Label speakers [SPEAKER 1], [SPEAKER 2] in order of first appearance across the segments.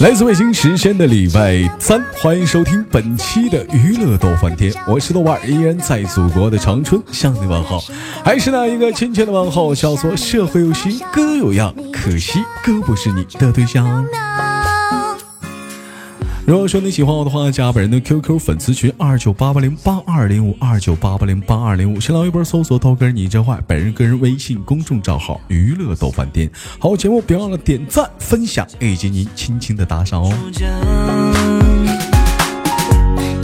[SPEAKER 1] 来自卫星时间的礼拜三，欢迎收听本期的娱乐逗翻天，我是豆瓣儿，依然在祖国的长春向你问好，还是那一个亲切的问候，叫做社会有形哥有样，可惜哥不是你的对象。如果说你喜欢我的话，加本人的 QQ 粉丝群二九八八零八二零五二九八八零八二零五，新浪微博搜索“刀哥你真坏”，本人个人微信公众账号“娱乐豆饭店”。好，节目别忘了点赞、分享以及您轻轻的打赏哦。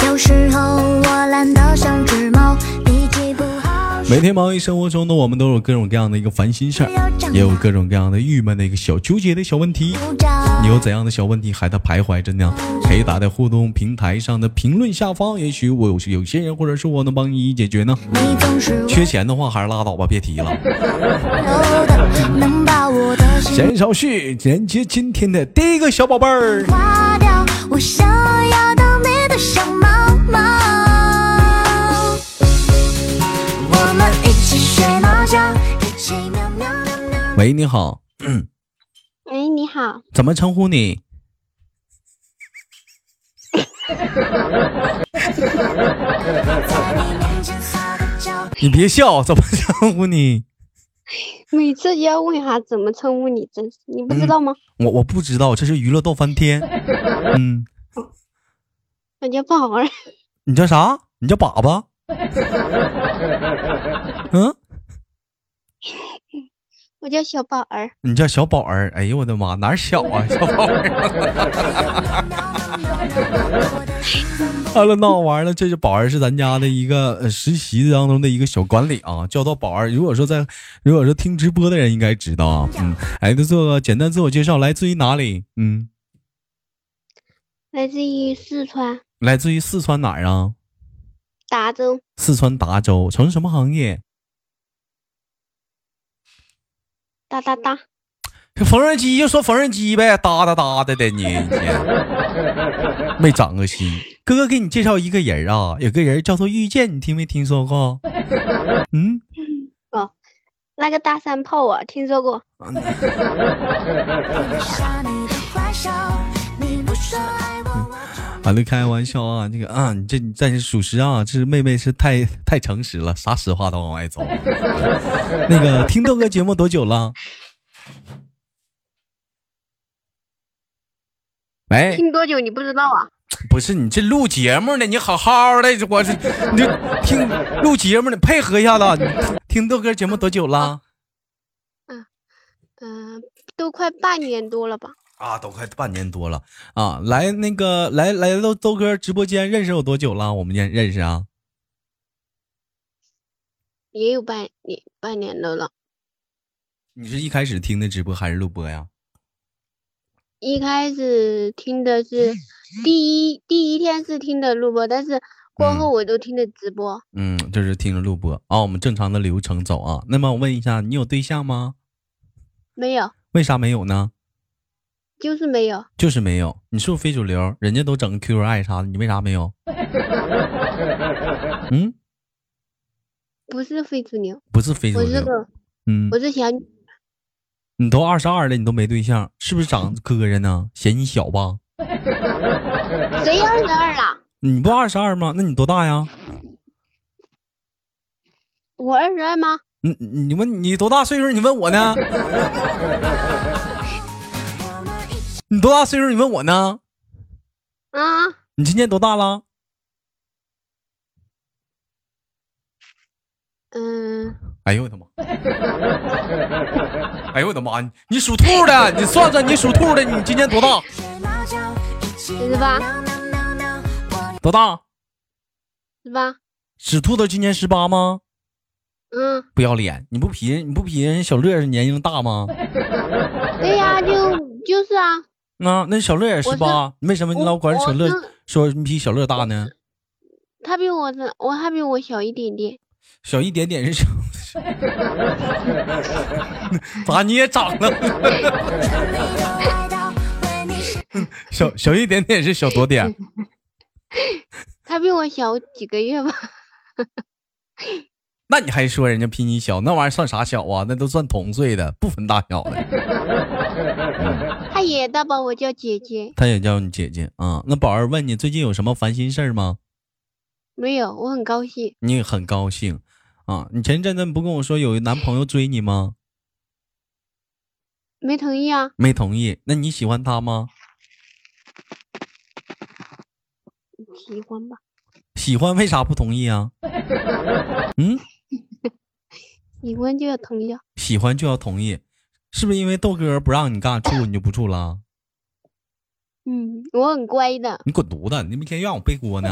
[SPEAKER 2] 有时候我懒得像只猫，脾气不好。
[SPEAKER 1] 每天忙于生活中的我们，都有各种各样的一个烦心事儿，也有各种各样的郁闷的一个小纠结的小问题。
[SPEAKER 2] 不着
[SPEAKER 1] 你有怎样的小问题还在徘徊着呢？可以打在互动平台上的评论下方，也许我有有些人或者是我能帮你解决呢。
[SPEAKER 2] 你总是温
[SPEAKER 1] 缺钱的话还是拉倒吧，别提了。
[SPEAKER 2] 柔的，能把我的心
[SPEAKER 1] 闲少叙，连接今天的第一个小宝贝儿。
[SPEAKER 2] 花掉。我想要当你的小猫猫，我们一起睡猫觉，一起喵喵喵喵。
[SPEAKER 1] 喂，你好，
[SPEAKER 3] 喂，哎你好，
[SPEAKER 1] 怎么称呼你？
[SPEAKER 2] 在你面前撒个娇，
[SPEAKER 1] 你别笑，怎么称呼你？
[SPEAKER 3] 每次要问哈怎么称呼你，真是你不
[SPEAKER 1] 嗯
[SPEAKER 3] 知道吗？
[SPEAKER 1] 我我不知道，这是娱乐逗翻 天。嗯，
[SPEAKER 3] 感觉不好了。
[SPEAKER 1] 你叫啥？你叫粑粑？嗯，
[SPEAKER 3] 我叫小宝儿，
[SPEAKER 1] 你叫小宝儿。哎呦我的妈，哪儿小 啊，小宝儿？
[SPEAKER 2] 我的心
[SPEAKER 1] 完了，闹完了，这是宝儿是咱家的一个呃实习当中的一个小管理啊，叫到宝儿。如果说在，如果说听直播的人应该知道啊，嗯，哎，就做个简单自我介绍，来自于哪里？嗯，
[SPEAKER 3] 来自于四川
[SPEAKER 1] 来自于四川哪儿啊？
[SPEAKER 3] 达州
[SPEAKER 1] 四川达州，从事什么行业？
[SPEAKER 3] 哒哒哒。
[SPEAKER 1] 缝纫机就说缝纫机呗，哒哒哒的的你，一天没长个心。哥哥给你介绍一个人啊，有个人叫做遇见，你听没听说过？嗯，
[SPEAKER 3] 那个大山炮我听说过，
[SPEAKER 2] 里傻你的坏笑，你不说爱我，我就
[SPEAKER 1] 完了，开玩笑啊，这个啊，你这你暂时属实啊，这是妹妹是太太诚实了，啥实话都往外走。那个听豆哥节目多久了？喂，
[SPEAKER 3] 听多久你不知道啊？
[SPEAKER 1] 不是你这录节目呢，你好好的，我这你就听录节目呢，配合一下子。啊你听豆哥节目多久了？
[SPEAKER 3] 嗯、都快半年多了吧？
[SPEAKER 1] 啊，都快半年多了啊！来那个来来到豆哥直播间认识有多久了？我们认认识啊？
[SPEAKER 3] 也有半年半年多了。
[SPEAKER 1] 你是一开始听的直播还是录播呀？
[SPEAKER 3] 一开始听的
[SPEAKER 1] 嗯
[SPEAKER 3] 是第一第一天是听的录播，但是过后我都听的直播，
[SPEAKER 1] 嗯，就是听着录播啊、我们正常的流程走啊。那么我问一下，你有对象吗？
[SPEAKER 3] 没有，
[SPEAKER 1] 为啥没有呢？
[SPEAKER 3] 就是没有，
[SPEAKER 1] 就是没有。你是不是非主流？人家都整 QI 啥的，你为啥没有？嗯，
[SPEAKER 3] 不是非主流，
[SPEAKER 1] 不是非主
[SPEAKER 3] 我是
[SPEAKER 1] 流。
[SPEAKER 3] 个
[SPEAKER 1] 嗯，
[SPEAKER 3] 我是小女
[SPEAKER 1] 你都二十二了，你都没对象，是不是长磕碜呢？嫌你小吧？
[SPEAKER 3] 谁二十二了？
[SPEAKER 1] 你不二十二吗？那你多大呀？
[SPEAKER 3] 我二十二吗？
[SPEAKER 1] 你你你问你多大岁数？你问我呢？你多大岁数？你问我呢？
[SPEAKER 3] 啊，
[SPEAKER 1] 你今年多大了？
[SPEAKER 3] 嗯，
[SPEAKER 1] 哎呦我的妈！哎呦我的妈！你你属兔的，你算算你属兔的，你今年多大？
[SPEAKER 2] 睡猫觉，一起
[SPEAKER 3] 是吧
[SPEAKER 2] 喵喵喵喵。我
[SPEAKER 1] 多大？
[SPEAKER 3] 是吧？
[SPEAKER 1] 属兔的今年十八吗？
[SPEAKER 3] 嗯，
[SPEAKER 1] 不要脸！你不比人你不比人小乐年龄大吗？
[SPEAKER 3] 对呀、就就是啊，
[SPEAKER 1] 啊，那小乐也十八，为什么你老管小乐
[SPEAKER 3] 我是
[SPEAKER 1] 说你比小乐大呢？
[SPEAKER 3] 他比我的，我还比我小一点点，
[SPEAKER 1] 小一点点是小， 咋你也长了？
[SPEAKER 2] 这里有味道，为你是
[SPEAKER 1] 小小一点点是小多点？
[SPEAKER 3] 他比我小几个月吧，
[SPEAKER 1] 那你还说人家比你小，那玩意儿算啥小啊？那都算同岁的，不分大小的。
[SPEAKER 3] 他也大把我叫姐姐。
[SPEAKER 1] 他也叫你姐姐啊、那宝儿问你最近有什么烦心事儿吗？
[SPEAKER 3] 没有，我很高兴。
[SPEAKER 1] 你很高兴啊、你前阵子不跟我说有男朋友追你吗？
[SPEAKER 3] 没同意啊？
[SPEAKER 1] 没同意。那你喜欢他吗？
[SPEAKER 3] 喜欢吧？
[SPEAKER 1] 喜欢为啥不同意啊？嗯，
[SPEAKER 3] 喜欢就要同意啊？
[SPEAKER 1] 喜欢就要同意，是不是因为豆哥不让你干处你就不处了？
[SPEAKER 3] 嗯，我很乖的。
[SPEAKER 1] 你滚犊子！你一天让我背锅呢。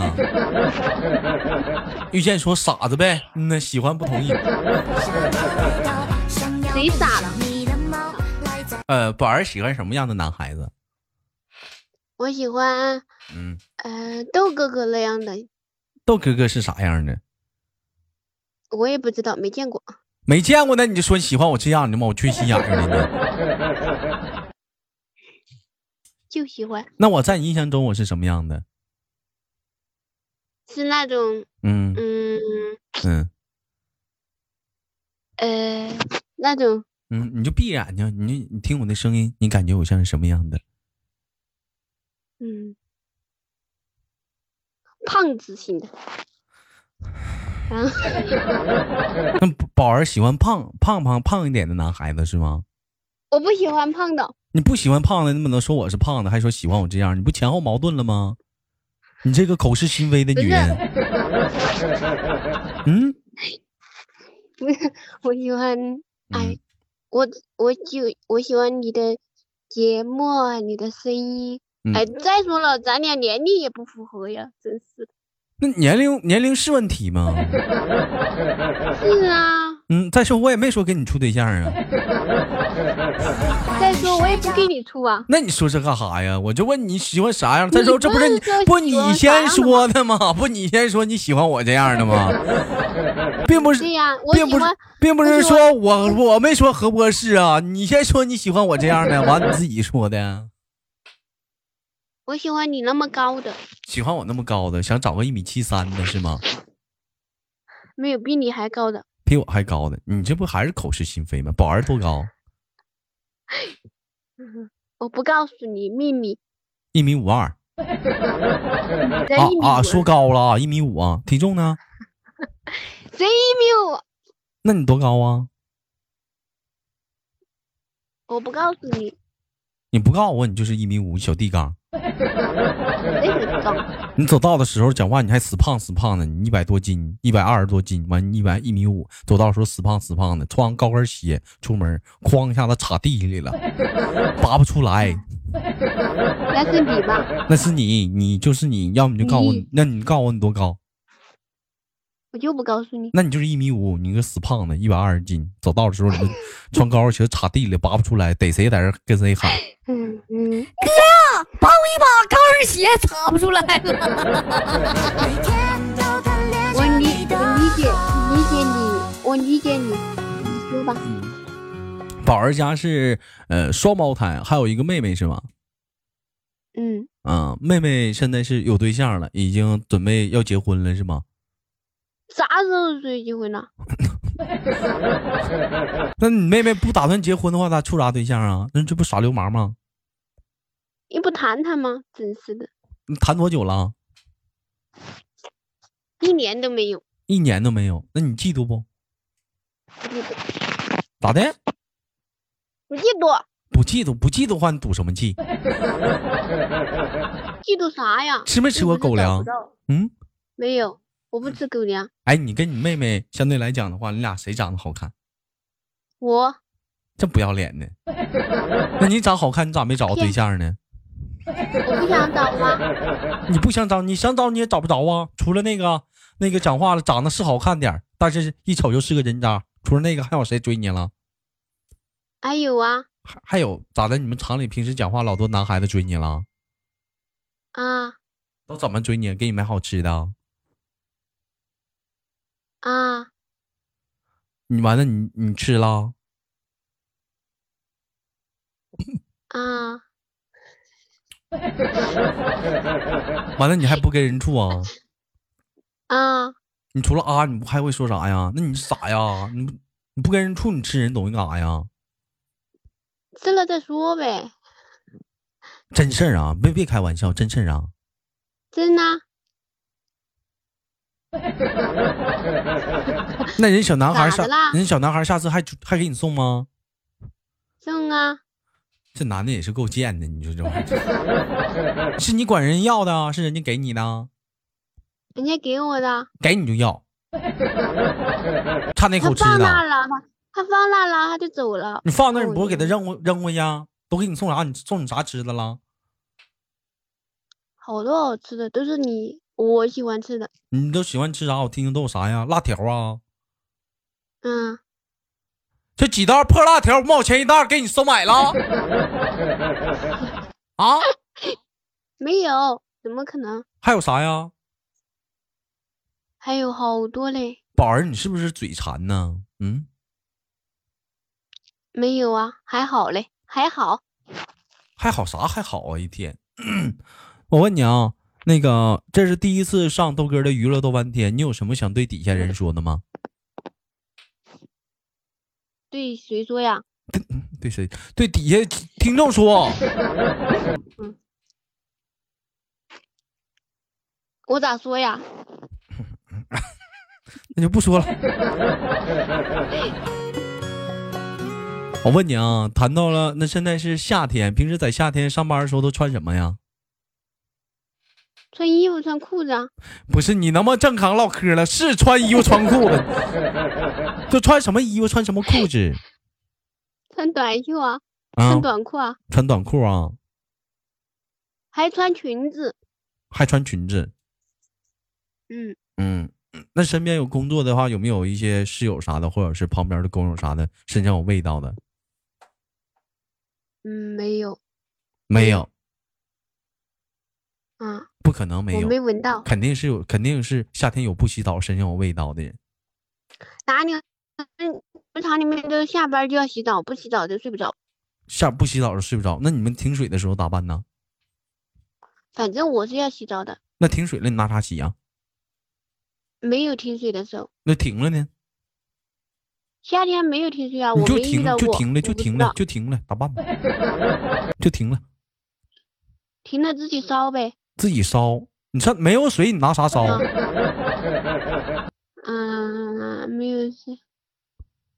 [SPEAKER 1] 遇见说傻子呗，嗯那喜欢不同意。
[SPEAKER 3] 谁傻了？
[SPEAKER 1] 呃，宝儿喜欢什么样的男孩子？
[SPEAKER 3] 我喜欢，
[SPEAKER 1] 嗯，
[SPEAKER 3] 呃，豆哥哥那样的，
[SPEAKER 1] 豆哥哥是啥样的？
[SPEAKER 3] 我也不知道，没见过。
[SPEAKER 1] 没见过那你就说你喜欢我这样的吗？我缺心眼儿呢你。
[SPEAKER 3] 就喜欢
[SPEAKER 1] 那我在你印象中我是什么样的？
[SPEAKER 3] 是那种，
[SPEAKER 1] 嗯
[SPEAKER 3] 嗯
[SPEAKER 1] 嗯
[SPEAKER 3] 呃，那种
[SPEAKER 1] 嗯，你就闭眼睛，你你听我的声音，你感觉我像是什么样的？
[SPEAKER 3] 嗯，胖子型的。然后
[SPEAKER 1] 那宝宝儿喜欢胖胖胖胖一点的男孩子是吗？
[SPEAKER 3] 我不喜欢胖的，
[SPEAKER 1] 你不喜欢胖的，那么能说我是胖的，还说喜欢我这样，你不前后矛盾了吗？你这个口是心非的女人。嗯
[SPEAKER 3] 我喜欢，哎
[SPEAKER 1] 嗯，
[SPEAKER 3] 我我就我喜欢你的节目啊，你的声音。
[SPEAKER 1] 嗯
[SPEAKER 3] 哎，再说了，咱俩年龄也不符合呀，真是的。
[SPEAKER 1] 那年龄年龄是问题吗？
[SPEAKER 3] 是啊，
[SPEAKER 1] 嗯，再说我也没说跟你处对象啊，
[SPEAKER 3] 再说我也不给你出啊。
[SPEAKER 1] 那你说这干哈呀？我就问你喜欢啥样？再说
[SPEAKER 3] 你
[SPEAKER 1] 这
[SPEAKER 3] 不
[SPEAKER 1] 不是
[SPEAKER 3] 是
[SPEAKER 1] 你
[SPEAKER 3] 说
[SPEAKER 1] 不
[SPEAKER 3] 喜欢
[SPEAKER 1] 你先
[SPEAKER 3] 啥样的
[SPEAKER 1] 说的吗？不你先说你喜欢我这样的吗？并不是
[SPEAKER 3] 对，呀、我
[SPEAKER 1] 并
[SPEAKER 3] 喜
[SPEAKER 1] 不是
[SPEAKER 3] 欢，
[SPEAKER 1] 并不
[SPEAKER 3] 我
[SPEAKER 1] 是
[SPEAKER 3] 喜
[SPEAKER 1] 说我我没说合不合适啊，你先说你喜欢我这样的，完你自己说的。
[SPEAKER 3] 我喜欢你那么高的，
[SPEAKER 1] 喜欢我那么高的，想找个一米七三的是吗？
[SPEAKER 3] 没有比你还高的，
[SPEAKER 1] 比我还高的，你这不还是口是心非吗？宝儿多高？
[SPEAKER 3] 我不告诉你秘密，
[SPEAKER 1] 一米五二
[SPEAKER 3] 你在
[SPEAKER 1] 啊
[SPEAKER 3] 一米五、
[SPEAKER 1] 啊，说高了啊，一米五啊，体重呢？
[SPEAKER 3] 谁一米五？
[SPEAKER 1] 那你多高啊？
[SPEAKER 3] 我不告诉你，
[SPEAKER 1] 你不告诉我，你就是一米五小地缸。
[SPEAKER 3] 谁很高？
[SPEAKER 1] 你走道的时候讲话，你还死胖死胖的，你一百多斤，一百二十多斤，完一百一米五，走道的时候死胖死胖的，穿高跟鞋出门，哐一下子插地里了，拔不出来。
[SPEAKER 3] 那是你吧？
[SPEAKER 1] 那是你，你就是你，要么你就告诉我
[SPEAKER 3] 你，
[SPEAKER 1] 那你告诉我你多高？
[SPEAKER 3] 我就不告诉你。
[SPEAKER 1] 那你就是一米五，你个死胖子，一百二十斤，走道的时候你就穿高跟鞋插地里拔不出来，逮谁在这儿跟谁喊。
[SPEAKER 3] 嗯嗯，
[SPEAKER 4] 帮我一把高跟鞋擦不出来了。
[SPEAKER 3] 我理我理解理解你，我理解你，你说吧。
[SPEAKER 1] 宝儿家是呃双胞胎，还有一个妹妹是吗？
[SPEAKER 3] 嗯，
[SPEAKER 1] 啊，妹妹现在是有对象了，已经准备要结婚了是吗？
[SPEAKER 3] 啥时候谁结婚了？
[SPEAKER 1] 那你妹妹不打算结婚的话，她处啥对象啊？那这不耍流氓吗？
[SPEAKER 3] 你不谈谈吗？真是的，
[SPEAKER 1] 你谈多久了？啊
[SPEAKER 3] 一年都没有。
[SPEAKER 1] 一年都没有。那你嫉妒不？
[SPEAKER 3] 不记得，
[SPEAKER 1] 咋的？
[SPEAKER 3] 不嫉妒，
[SPEAKER 1] 不嫉妒，不嫉妒的话，你赌什么气？
[SPEAKER 3] 嫉妒啥呀？
[SPEAKER 1] 吃没吃过
[SPEAKER 3] 又不是
[SPEAKER 1] 狗
[SPEAKER 3] 找
[SPEAKER 1] 粮
[SPEAKER 3] 不？到
[SPEAKER 1] 嗯，
[SPEAKER 3] 没有，我不吃狗粮。
[SPEAKER 1] 哎，你跟你妹妹相对来讲的话，你俩谁长得好看？
[SPEAKER 3] 我
[SPEAKER 1] 这不要脸的！那你长好看，你咋没找个对象呢？
[SPEAKER 3] 我不想找啊，
[SPEAKER 1] 你不想找，你想找你也找不着啊！除了那个那个讲话了，长得是好看点儿，但是一瞅就是个人渣。除了那个，还有谁追你了？
[SPEAKER 3] 还有啊
[SPEAKER 1] 还还有咋的？你们厂里平时讲话老多男孩子追你了，
[SPEAKER 3] 啊
[SPEAKER 1] 都怎么追你？给你买好吃的？
[SPEAKER 3] 啊！
[SPEAKER 1] 你完了，你你吃了？
[SPEAKER 3] 啊，
[SPEAKER 1] 完了你还不跟人处啊？
[SPEAKER 3] 啊，
[SPEAKER 1] 你除了啊，你不还会说啥呀？那你是傻呀？你不你不跟人处，你吃人东西干啥呀？
[SPEAKER 3] 吃了再说呗，
[SPEAKER 1] 真事儿啊，别别开玩笑，真事儿啊。
[SPEAKER 3] 真的啊。
[SPEAKER 1] 那人小男孩
[SPEAKER 3] 咋
[SPEAKER 1] 下
[SPEAKER 3] 的啦，
[SPEAKER 1] 人小男孩下次还还给你送吗？
[SPEAKER 3] 送啊，
[SPEAKER 1] 这男的也是够贱的，你说这玩意儿 是你管人要的啊，是人家给你的啊，
[SPEAKER 3] 人家给我的，
[SPEAKER 1] 给你就要，差那
[SPEAKER 3] 他
[SPEAKER 1] 口吃
[SPEAKER 3] 放那
[SPEAKER 1] 的，啊
[SPEAKER 3] 了，他他放那了，他就走了。
[SPEAKER 1] 你放那儿，你不是给他扔回扔回去啊？都给你送啥？你送你啥吃的了？
[SPEAKER 3] 好多好吃的都是你我喜欢吃的，
[SPEAKER 1] 你都喜欢吃啥？我听听都有啥呀？辣条啊，
[SPEAKER 3] 嗯，
[SPEAKER 1] 这几袋破辣条五毛钱一袋，给你收买了 啊？
[SPEAKER 3] 没有，怎么可能？
[SPEAKER 1] 还有啥呀？
[SPEAKER 3] 还有好多嘞，
[SPEAKER 1] 宝儿，你是不是嘴馋呢？嗯，
[SPEAKER 3] 没有啊，还好嘞，还好，
[SPEAKER 1] 还好啥还好啊？一天， 我问你啊，那个这是第一次上豆哥的娱乐豆瓣天，你有什么想对底下人说的吗？
[SPEAKER 3] 对谁说呀？
[SPEAKER 1] 对谁？对底下听众说，
[SPEAKER 3] 我咋说呀？
[SPEAKER 1] 那就不说了。 我问你啊，谈到了那现在是夏天，平时在夏天上班的时候都穿什么呀？
[SPEAKER 3] 穿衣服穿裤子啊？
[SPEAKER 1] 不是你能不能正常唠嗑了？是穿衣服穿裤子， 就穿什么衣服穿什么裤子
[SPEAKER 3] 穿短袖啊？
[SPEAKER 1] 啊
[SPEAKER 3] 穿？短裤啊？
[SPEAKER 1] 穿短裤啊，
[SPEAKER 3] 还穿裙子？
[SPEAKER 1] 还穿裙子。
[SPEAKER 3] 嗯，
[SPEAKER 1] 嗯，那身边有工作的话，有没有一些室友啥的，或者是旁边的工友啥的，身上有味道的？
[SPEAKER 3] 嗯，没有，
[SPEAKER 1] 没有，
[SPEAKER 3] 啊，
[SPEAKER 1] 不可能没
[SPEAKER 3] 我
[SPEAKER 1] 有，
[SPEAKER 3] 没闻到，
[SPEAKER 1] 肯定是有，肯定是夏天有不洗澡身上有味道的人。
[SPEAKER 3] 哪里？嗯，工厂里面都下班就要洗澡，不洗澡就睡不着。
[SPEAKER 1] 下不洗澡就睡不着，那你们停水的时候咋办呢？
[SPEAKER 3] 反正我是要洗澡的，
[SPEAKER 1] 那停水了你拿啥洗呀、
[SPEAKER 3] 没有停水的时候，
[SPEAKER 1] 那停了呢？
[SPEAKER 3] 夏天没有停水啊，
[SPEAKER 1] 你
[SPEAKER 3] 我
[SPEAKER 1] 就
[SPEAKER 3] 没遇
[SPEAKER 1] 停
[SPEAKER 3] 到过，
[SPEAKER 1] 就停了
[SPEAKER 3] 我
[SPEAKER 1] 就
[SPEAKER 3] 不
[SPEAKER 1] 停
[SPEAKER 3] 知
[SPEAKER 1] 了
[SPEAKER 3] 道
[SPEAKER 1] 就停了，咋办呢？就停了，
[SPEAKER 3] 停了自己烧呗。
[SPEAKER 1] 自己烧。你上没有水，你拿啥烧？
[SPEAKER 3] 嗯，没有事，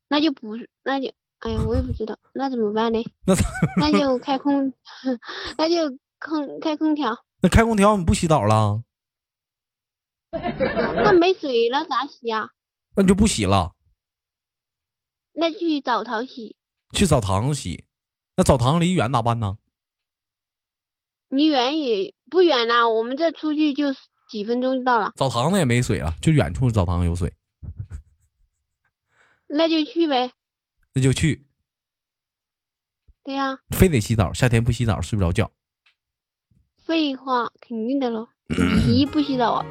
[SPEAKER 3] 那就不是，那就，哎呀，我也不知道，那怎么办呢？
[SPEAKER 1] 那
[SPEAKER 3] 那就开空， 那就空开空调。
[SPEAKER 1] 那开空调你不洗澡了，
[SPEAKER 3] 那没水了咋洗啊？
[SPEAKER 1] 那你就不洗了，
[SPEAKER 3] 那去澡堂洗，
[SPEAKER 1] 去澡堂子洗。那澡堂离远咋办呢？
[SPEAKER 3] 离远也不远啦，我们这出去就几分钟就到了，
[SPEAKER 1] 澡堂子也没水啊了，就远处澡堂有水，
[SPEAKER 3] 那就去呗。
[SPEAKER 1] 那就去，
[SPEAKER 3] 对呀、
[SPEAKER 1] 非得洗澡，夏天不洗澡睡不着觉。
[SPEAKER 3] 废话，肯定的喽，洗衣不洗澡啊？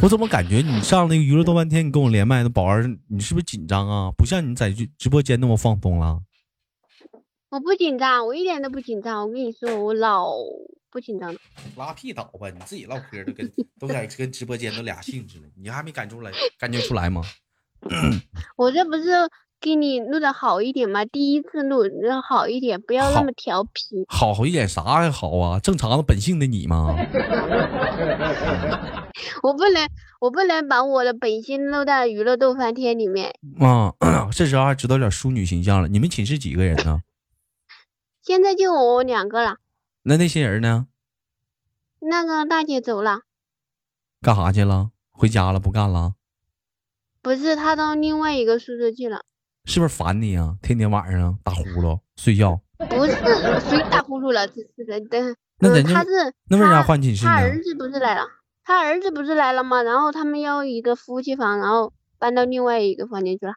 [SPEAKER 1] 我怎么感觉你上那个娱乐豆半天，你跟我连麦的宝儿，你是不是紧张啊？不像你在直直播间那么放松啊了。
[SPEAKER 3] 我不紧张，我一点都不紧张。我跟你说，我老不紧张了。
[SPEAKER 1] 拉屁倒吧，你自己唠嗑都跟 都在跟直播间都俩性质了，你还没感出来感觉出来吗？
[SPEAKER 3] 我这不是给你录的好一点吗？第一次录要好一点，不要那
[SPEAKER 1] 好
[SPEAKER 3] 么调皮。
[SPEAKER 1] 好一点啥还好啊？正常的本性的你嘛，
[SPEAKER 3] 我不能，我不能把我的本性露到娱乐逗翻天里面。
[SPEAKER 1] 啊， 这时候还知道点淑女形象了。你们寝室几个人呢？
[SPEAKER 3] 现在就我两个了，
[SPEAKER 1] 那那些人呢？
[SPEAKER 3] 那个大姐走了，
[SPEAKER 1] 干啥去了？回家了？不干了？
[SPEAKER 3] 不是她到另外一个宿舍去了，
[SPEAKER 1] 是不是烦你啊？天天晚上打呼噜睡觉，
[SPEAKER 3] 不是谁打呼噜了？这是人的，
[SPEAKER 1] 那
[SPEAKER 3] 呃
[SPEAKER 1] 人家
[SPEAKER 3] 她是
[SPEAKER 1] 那为啥
[SPEAKER 3] 她
[SPEAKER 1] 换寝室
[SPEAKER 3] 他儿
[SPEAKER 1] 呢？
[SPEAKER 3] 子不是来了，他儿子不是来了吗？然后他们要一个夫妻房，然后搬到另外一个房间去了。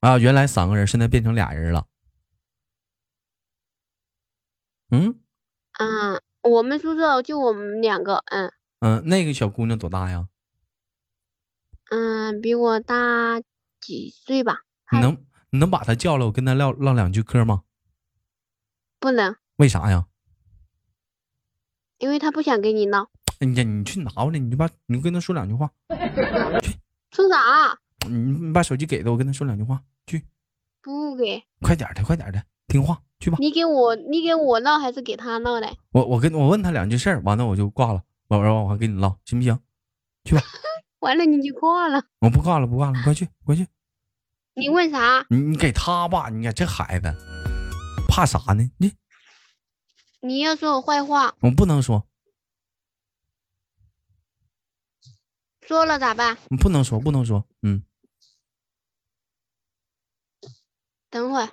[SPEAKER 1] 啊，原来三个人，现在变成俩人了。嗯
[SPEAKER 3] 嗯，我们宿舍就我们两个，嗯
[SPEAKER 1] 嗯、那个小姑娘多大呀？
[SPEAKER 3] 嗯，比我大几岁吧？
[SPEAKER 1] 你
[SPEAKER 3] 她
[SPEAKER 1] 能你能把她叫来，我跟她唠唠两句嗑吗？
[SPEAKER 3] 不能，
[SPEAKER 1] 为啥呀？
[SPEAKER 3] 因为他不想跟你闹。
[SPEAKER 1] 哎呀，你去拿过来，你就把你跟他说两句话，
[SPEAKER 3] 说啥？
[SPEAKER 1] 你你把手机给他，我跟他说两句话，去，
[SPEAKER 3] 不给
[SPEAKER 1] 快点儿的，快点儿的，听话，去吧。
[SPEAKER 3] 你给我，你给我闹还是给他闹嘞？
[SPEAKER 1] 我我跟我问他两句事儿，完了我就挂了，完完我还跟你唠，行不行？
[SPEAKER 3] 完了你就挂了。
[SPEAKER 1] 我不挂了，不挂了，你快去，快去，
[SPEAKER 3] 你问啥？
[SPEAKER 1] 你你给他吧，你看这孩子，怕啥呢？你
[SPEAKER 3] 你要说我坏话，
[SPEAKER 1] 我不能说，
[SPEAKER 3] 说了咋办？
[SPEAKER 1] 我不能说，不能说，嗯，
[SPEAKER 3] 等会儿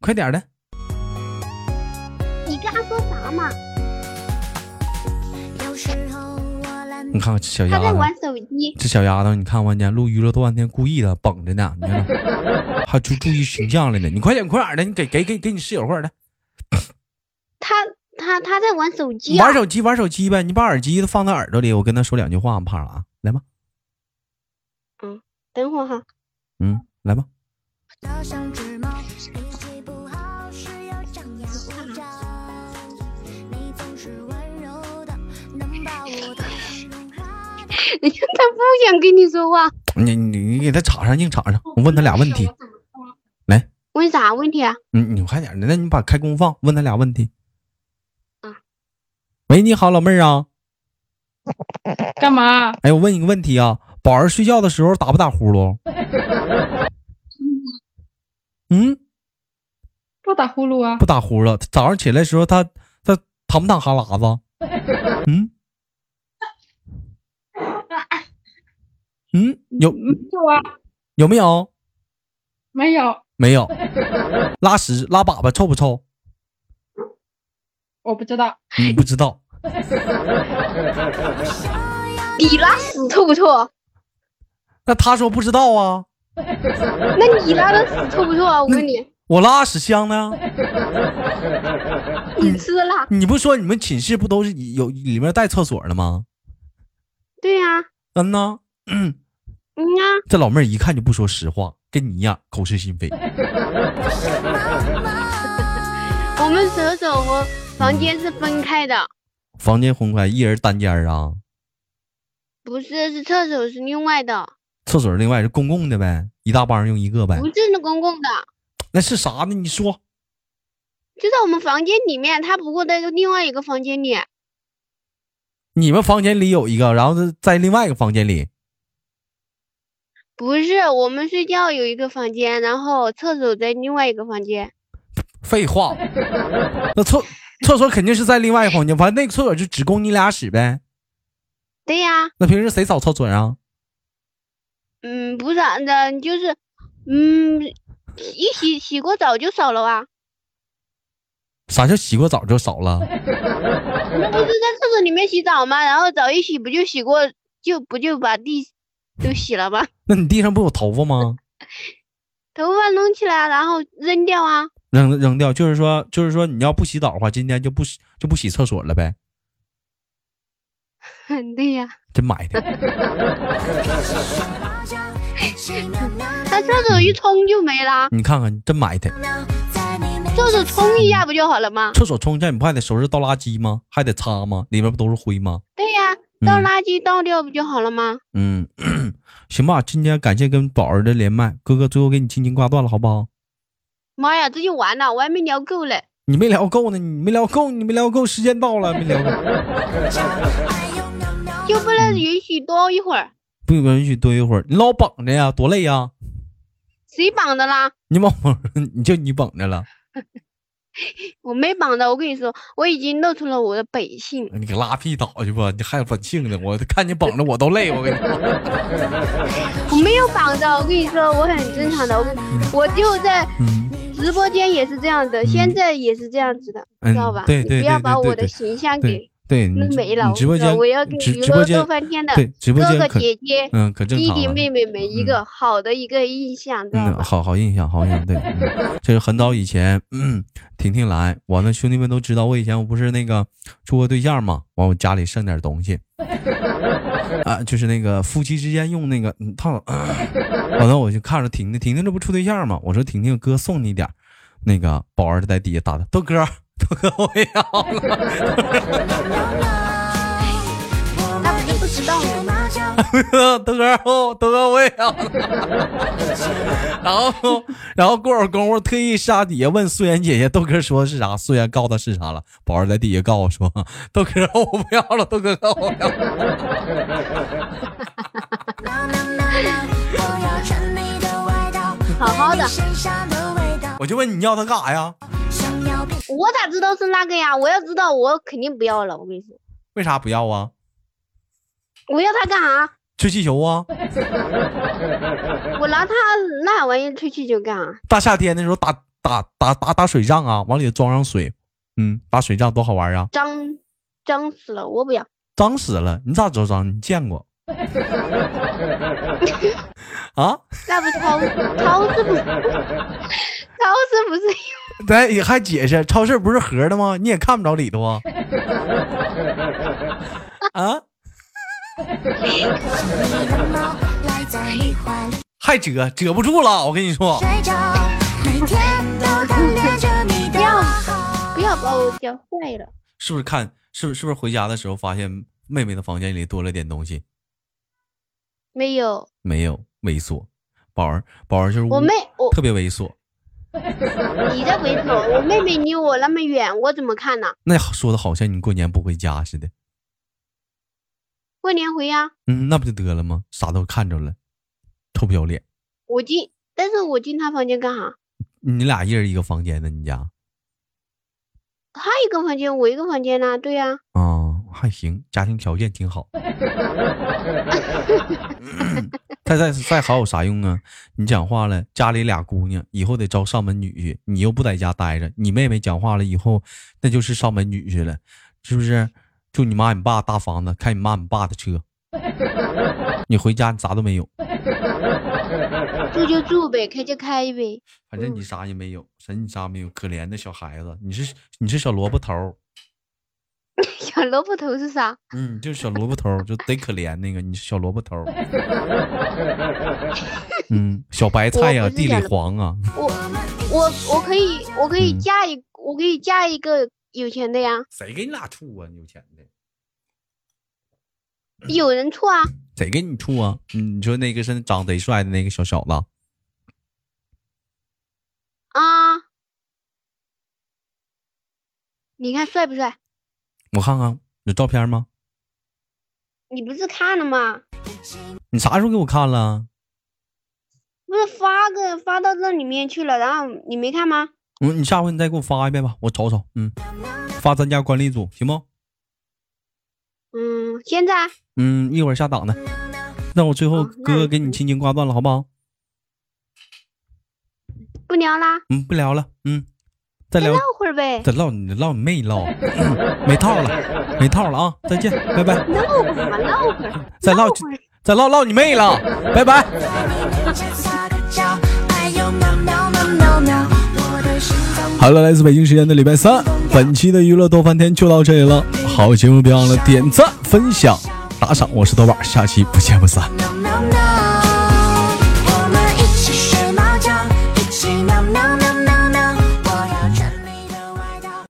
[SPEAKER 1] 快点儿的，
[SPEAKER 3] 你跟他说啥嘛？
[SPEAKER 2] 有时候我懒
[SPEAKER 1] 你看看这小
[SPEAKER 3] 他
[SPEAKER 1] 丫
[SPEAKER 3] 在
[SPEAKER 1] 头，
[SPEAKER 3] 玩手机，
[SPEAKER 1] 这小丫头，你看完家录娱乐多半天，故意的绷着呢，你看看，还注注意形象了呢。你快点，快点儿的，你给给给给你室友快点儿的，
[SPEAKER 3] 他他他在玩手机啊
[SPEAKER 1] 玩！手机玩手机呗，你把耳机放在耳朵里，我跟他说两句话，怕啥？来吧，
[SPEAKER 3] 等会儿哈，
[SPEAKER 1] 嗯，来吧，
[SPEAKER 2] 得像只猫，脾气不好时又张牙舞爪。你总是温柔的，能把我的心弄好。
[SPEAKER 3] 人家他不想跟你说话。
[SPEAKER 1] 你你你给他插上，硬插上，我问他俩问题，来。
[SPEAKER 3] 问啥问题啊？
[SPEAKER 1] 你你快点儿的，那你把开工放，问他俩问题。
[SPEAKER 3] 啊
[SPEAKER 1] 喂，你好，老妹儿啊，
[SPEAKER 5] 干嘛？
[SPEAKER 1] 哎，我问你个问题啊，宝儿睡觉的时候打不打呼噜？嗯，
[SPEAKER 5] 不打呼噜啊
[SPEAKER 1] 不？打呼噜。早上起来的时候，他他淌不淌哈喇子？嗯嗯，有
[SPEAKER 5] 没有啊，
[SPEAKER 1] 有没有？
[SPEAKER 5] 没有，
[SPEAKER 1] 没有。拉屎拉粑粑臭不臭？
[SPEAKER 5] 我不知道。
[SPEAKER 1] 你不知道。
[SPEAKER 3] 你拉屎臭不臭？
[SPEAKER 1] 那他说不知道啊，
[SPEAKER 3] 那你拉的屎臭不臭啊？我问你，
[SPEAKER 1] 我拉屎香呢。
[SPEAKER 3] 你吃了？
[SPEAKER 1] 你不说你们寝室不都是有里面带厕所的吗？
[SPEAKER 3] 对呀、
[SPEAKER 1] 嗯呐，
[SPEAKER 3] 嗯啊，
[SPEAKER 1] 这老妹儿一看就不说实话，跟你一样口是心非。
[SPEAKER 3] 我们厕所和房间是分开的，
[SPEAKER 1] 房间分开，一人单间儿啊，
[SPEAKER 3] 不是，是厕所是另外的，
[SPEAKER 1] 厕所另外是公共的呗，一大帮人用一个呗
[SPEAKER 3] 不。是公共的，
[SPEAKER 1] 那是啥呢？你说
[SPEAKER 3] 就在我们房间里面，他不过在另外一个房间里。
[SPEAKER 1] 你们房间里有一个，然后在另外一个房间里，
[SPEAKER 3] 不是，我们睡觉有一个房间，然后厕所在另外一个房间。
[SPEAKER 1] 废 话，那厕厕所肯定是在另外一个房间，反正那个厕所就只供你俩使呗。
[SPEAKER 3] 对呀、
[SPEAKER 1] 那平时谁扫厕所啊？
[SPEAKER 3] 嗯，不是的，就是，嗯，一洗洗过澡就扫了啊，
[SPEAKER 1] 啥叫洗过澡就扫了？
[SPEAKER 3] 那不是在厕所里面洗澡吗？然后澡一洗不就洗过，就不就把地都洗了吗？
[SPEAKER 1] 那你地上不有头发吗？
[SPEAKER 3] 头发弄起来，然后扔掉啊。
[SPEAKER 1] 扔扔掉，就是说，就是说，你要不洗澡的话，今天就不洗就不洗厕所了呗。
[SPEAKER 3] 对呀、
[SPEAKER 1] 真埋汰，
[SPEAKER 3] 那厕所一冲就没啦，
[SPEAKER 1] 你看看，真埋汰。
[SPEAKER 3] 厕所冲一下不就好了吗？
[SPEAKER 1] 厕所冲一下，你不还得收拾倒垃圾吗？还得擦吗？里面不都是灰吗？
[SPEAKER 3] 对呀、
[SPEAKER 1] 嗯
[SPEAKER 3] 倒垃圾倒掉不就好了吗？
[SPEAKER 1] 嗯，行吧，今天感谢跟宝儿的连麦，哥哥最后给你轻轻挂断了，好不好？
[SPEAKER 3] 妈呀，这就完了，我还没聊够嘞。
[SPEAKER 1] 你没聊够呢，你没聊够，你没聊够，时间到了，没聊够，
[SPEAKER 3] 就不能允许多一会儿？
[SPEAKER 1] 不允许多一会儿，你老绑着呀，多累呀！
[SPEAKER 3] 谁绑的啦？
[SPEAKER 1] 你绑绑，你就你绑着了，
[SPEAKER 3] 我没绑的，我跟你说，我已经露出了我的本性。
[SPEAKER 1] 你给拉屁倒去吧，你还有本性呢，我看你绑着我都累，我跟你 说，
[SPEAKER 3] 我没有绑的，我跟你说，我很正常的。我我就在
[SPEAKER 1] 嗯
[SPEAKER 3] 直播间也是这样的，现在也是这样子的，
[SPEAKER 1] 嗯
[SPEAKER 3] 知道吧？
[SPEAKER 1] 对
[SPEAKER 3] 你
[SPEAKER 1] 对
[SPEAKER 3] 不要
[SPEAKER 1] 对
[SPEAKER 3] 把
[SPEAKER 1] 对
[SPEAKER 3] 我
[SPEAKER 1] 对
[SPEAKER 3] 的形象
[SPEAKER 1] 对
[SPEAKER 3] 给
[SPEAKER 1] 对，
[SPEAKER 3] 弄
[SPEAKER 1] 你直
[SPEAKER 3] 没了。
[SPEAKER 1] 你直播
[SPEAKER 3] 我跟你
[SPEAKER 1] 间
[SPEAKER 3] 说我要给
[SPEAKER 1] 直
[SPEAKER 3] 娱
[SPEAKER 1] 直播
[SPEAKER 3] 乐
[SPEAKER 1] 间
[SPEAKER 3] 斗翻天的
[SPEAKER 1] 对直播
[SPEAKER 3] 哥
[SPEAKER 1] 间
[SPEAKER 3] 哥
[SPEAKER 1] 可
[SPEAKER 3] 姐姐、
[SPEAKER 1] 嗯可正
[SPEAKER 3] 弟
[SPEAKER 1] 常了，
[SPEAKER 3] 弟妹妹们一
[SPEAKER 1] 嗯
[SPEAKER 3] 个好的一个印象，知 道
[SPEAKER 1] 嗯，
[SPEAKER 3] 吧？
[SPEAKER 1] 好好印象，好印象，对， 嗯这是很早以前，嗯，婷婷来，完了兄弟们都知道，我以前我不是那个处过对象嘛，完我家里剩点东 西，啊，就是那个夫妻之间用那个，嗯，他，完了我就看着婷婷，婷婷这不处对象嘛，我说婷婷哥送你点儿那个宝儿在底下打的豆哥，豆哥我也要了，
[SPEAKER 3] 不知道。
[SPEAKER 1] 德哥，哦，德哥我也要。 然后，然后过会儿功夫特意上底下问素颜姐姐，豆哥说是啥？素颜告诉他是啥了？宝儿在底下告诉我说， 豆哥我不要了，豆哥我不要了。
[SPEAKER 2] 好
[SPEAKER 3] 好
[SPEAKER 2] 好
[SPEAKER 3] 好
[SPEAKER 2] 的
[SPEAKER 3] 的。
[SPEAKER 1] 我就问你要他干啥呀？
[SPEAKER 3] 我咋知道是那个呀？我要知道，我肯定不要了。我跟你说，
[SPEAKER 1] 为啥不要啊？
[SPEAKER 3] 我要它干啥？
[SPEAKER 1] 吹气球啊！
[SPEAKER 3] 我拿它那玩意吹气球干啊啥？
[SPEAKER 1] 大夏天的时候打打打打打水仗啊，往里装上水，嗯，打水仗多好玩啊！
[SPEAKER 3] 脏脏死了，我不要。
[SPEAKER 1] 脏死了，你咋知道脏？你见 过？啊？
[SPEAKER 3] 那不超超市不是超市不是
[SPEAKER 1] 咱也还解释，超市不是盒的吗？你也看不着里头啊。啊，还遮遮不住了，我跟你说，
[SPEAKER 3] 不要把我教坏了。
[SPEAKER 1] 是不是看？是不是是不是回家的时候发现妹妹的房间里多了点东西？
[SPEAKER 3] 没有，
[SPEAKER 1] 没有，猥琐。宝儿，宝儿就是
[SPEAKER 3] 我妹我
[SPEAKER 1] 嗯特别猥琐。
[SPEAKER 3] 你在猥琐，我妹妹离我那么远，我怎么看呢？
[SPEAKER 1] 那说的好像你过年不回家似的，
[SPEAKER 3] 过年回呀、
[SPEAKER 1] 嗯，那不就得了吗？啥都看着了，臭不要脸！
[SPEAKER 3] 我进，但是我进她房间干啥？
[SPEAKER 1] 你俩一人一个房间呢，你家啊、
[SPEAKER 3] 她一个房间，我一个房间呢、对呀、
[SPEAKER 1] 嗯还行，家庭条件挺好。 再再再好有啥用啊？你讲话了，家里俩姑娘以后得招上门女婿，你又不在家待着，你妹妹讲话了以后，那就是上门女婿了，是不是？住你妈你爸大房子，开你妈你爸的车， 你回家你啥都没有，
[SPEAKER 3] 住就住呗，开就开呗。
[SPEAKER 1] 反正你啥也没有，神你啥也没有，可怜的小孩子，你是你是小萝卜头儿，
[SPEAKER 3] 小萝卜头是啥？
[SPEAKER 1] 嗯，就是小萝卜头儿，就贼可怜那个，你是小萝卜 头儿，嗯，小白菜呀、
[SPEAKER 3] 我不是
[SPEAKER 1] 地
[SPEAKER 3] 小
[SPEAKER 1] 里
[SPEAKER 3] 萝
[SPEAKER 1] 黄啊，
[SPEAKER 3] 我我我可以我可以
[SPEAKER 1] 嗯
[SPEAKER 3] 嫁一、我可以嫁一个有钱的呀，
[SPEAKER 1] 谁给你俩处啊？有钱的，
[SPEAKER 3] 有人处啊？
[SPEAKER 1] 谁给你处啊？嗯你说那个是长贼帅的那个小小子，
[SPEAKER 3] 啊，你看帅不帅？
[SPEAKER 1] 我看看有照片吗？
[SPEAKER 3] 你不是看了吗？
[SPEAKER 1] 你啥时候给我看了？啊
[SPEAKER 3] 不是发个发到这里面去了，然后你没看吗？
[SPEAKER 1] 嗯，你下回你再给我发一遍吧，我瞅瞅，嗯，发咱家管理组行不？
[SPEAKER 3] 嗯，现在
[SPEAKER 1] 嗯，一会儿下档的，那我最后
[SPEAKER 3] 哦那
[SPEAKER 1] 哥哥给你轻轻挂断了，好不好？
[SPEAKER 3] 不聊啦，
[SPEAKER 1] 嗯，不聊了，嗯，再
[SPEAKER 3] 再
[SPEAKER 1] 聊
[SPEAKER 3] 唠，会儿呗。
[SPEAKER 1] 再唠你唠你妹唠， 没套了，没套了啊！再见，拜拜，
[SPEAKER 3] 唠会儿嘛，唠会儿，
[SPEAKER 1] 再唠
[SPEAKER 3] 会儿。
[SPEAKER 1] 再唠唠你妹了，拜拜。好了，来自北京时间的礼拜三，本期的娱乐多翻天就到这里了。好节目别忘了点赞、分享、打赏，我是豆瓣儿，下期不见不散。
[SPEAKER 2] No,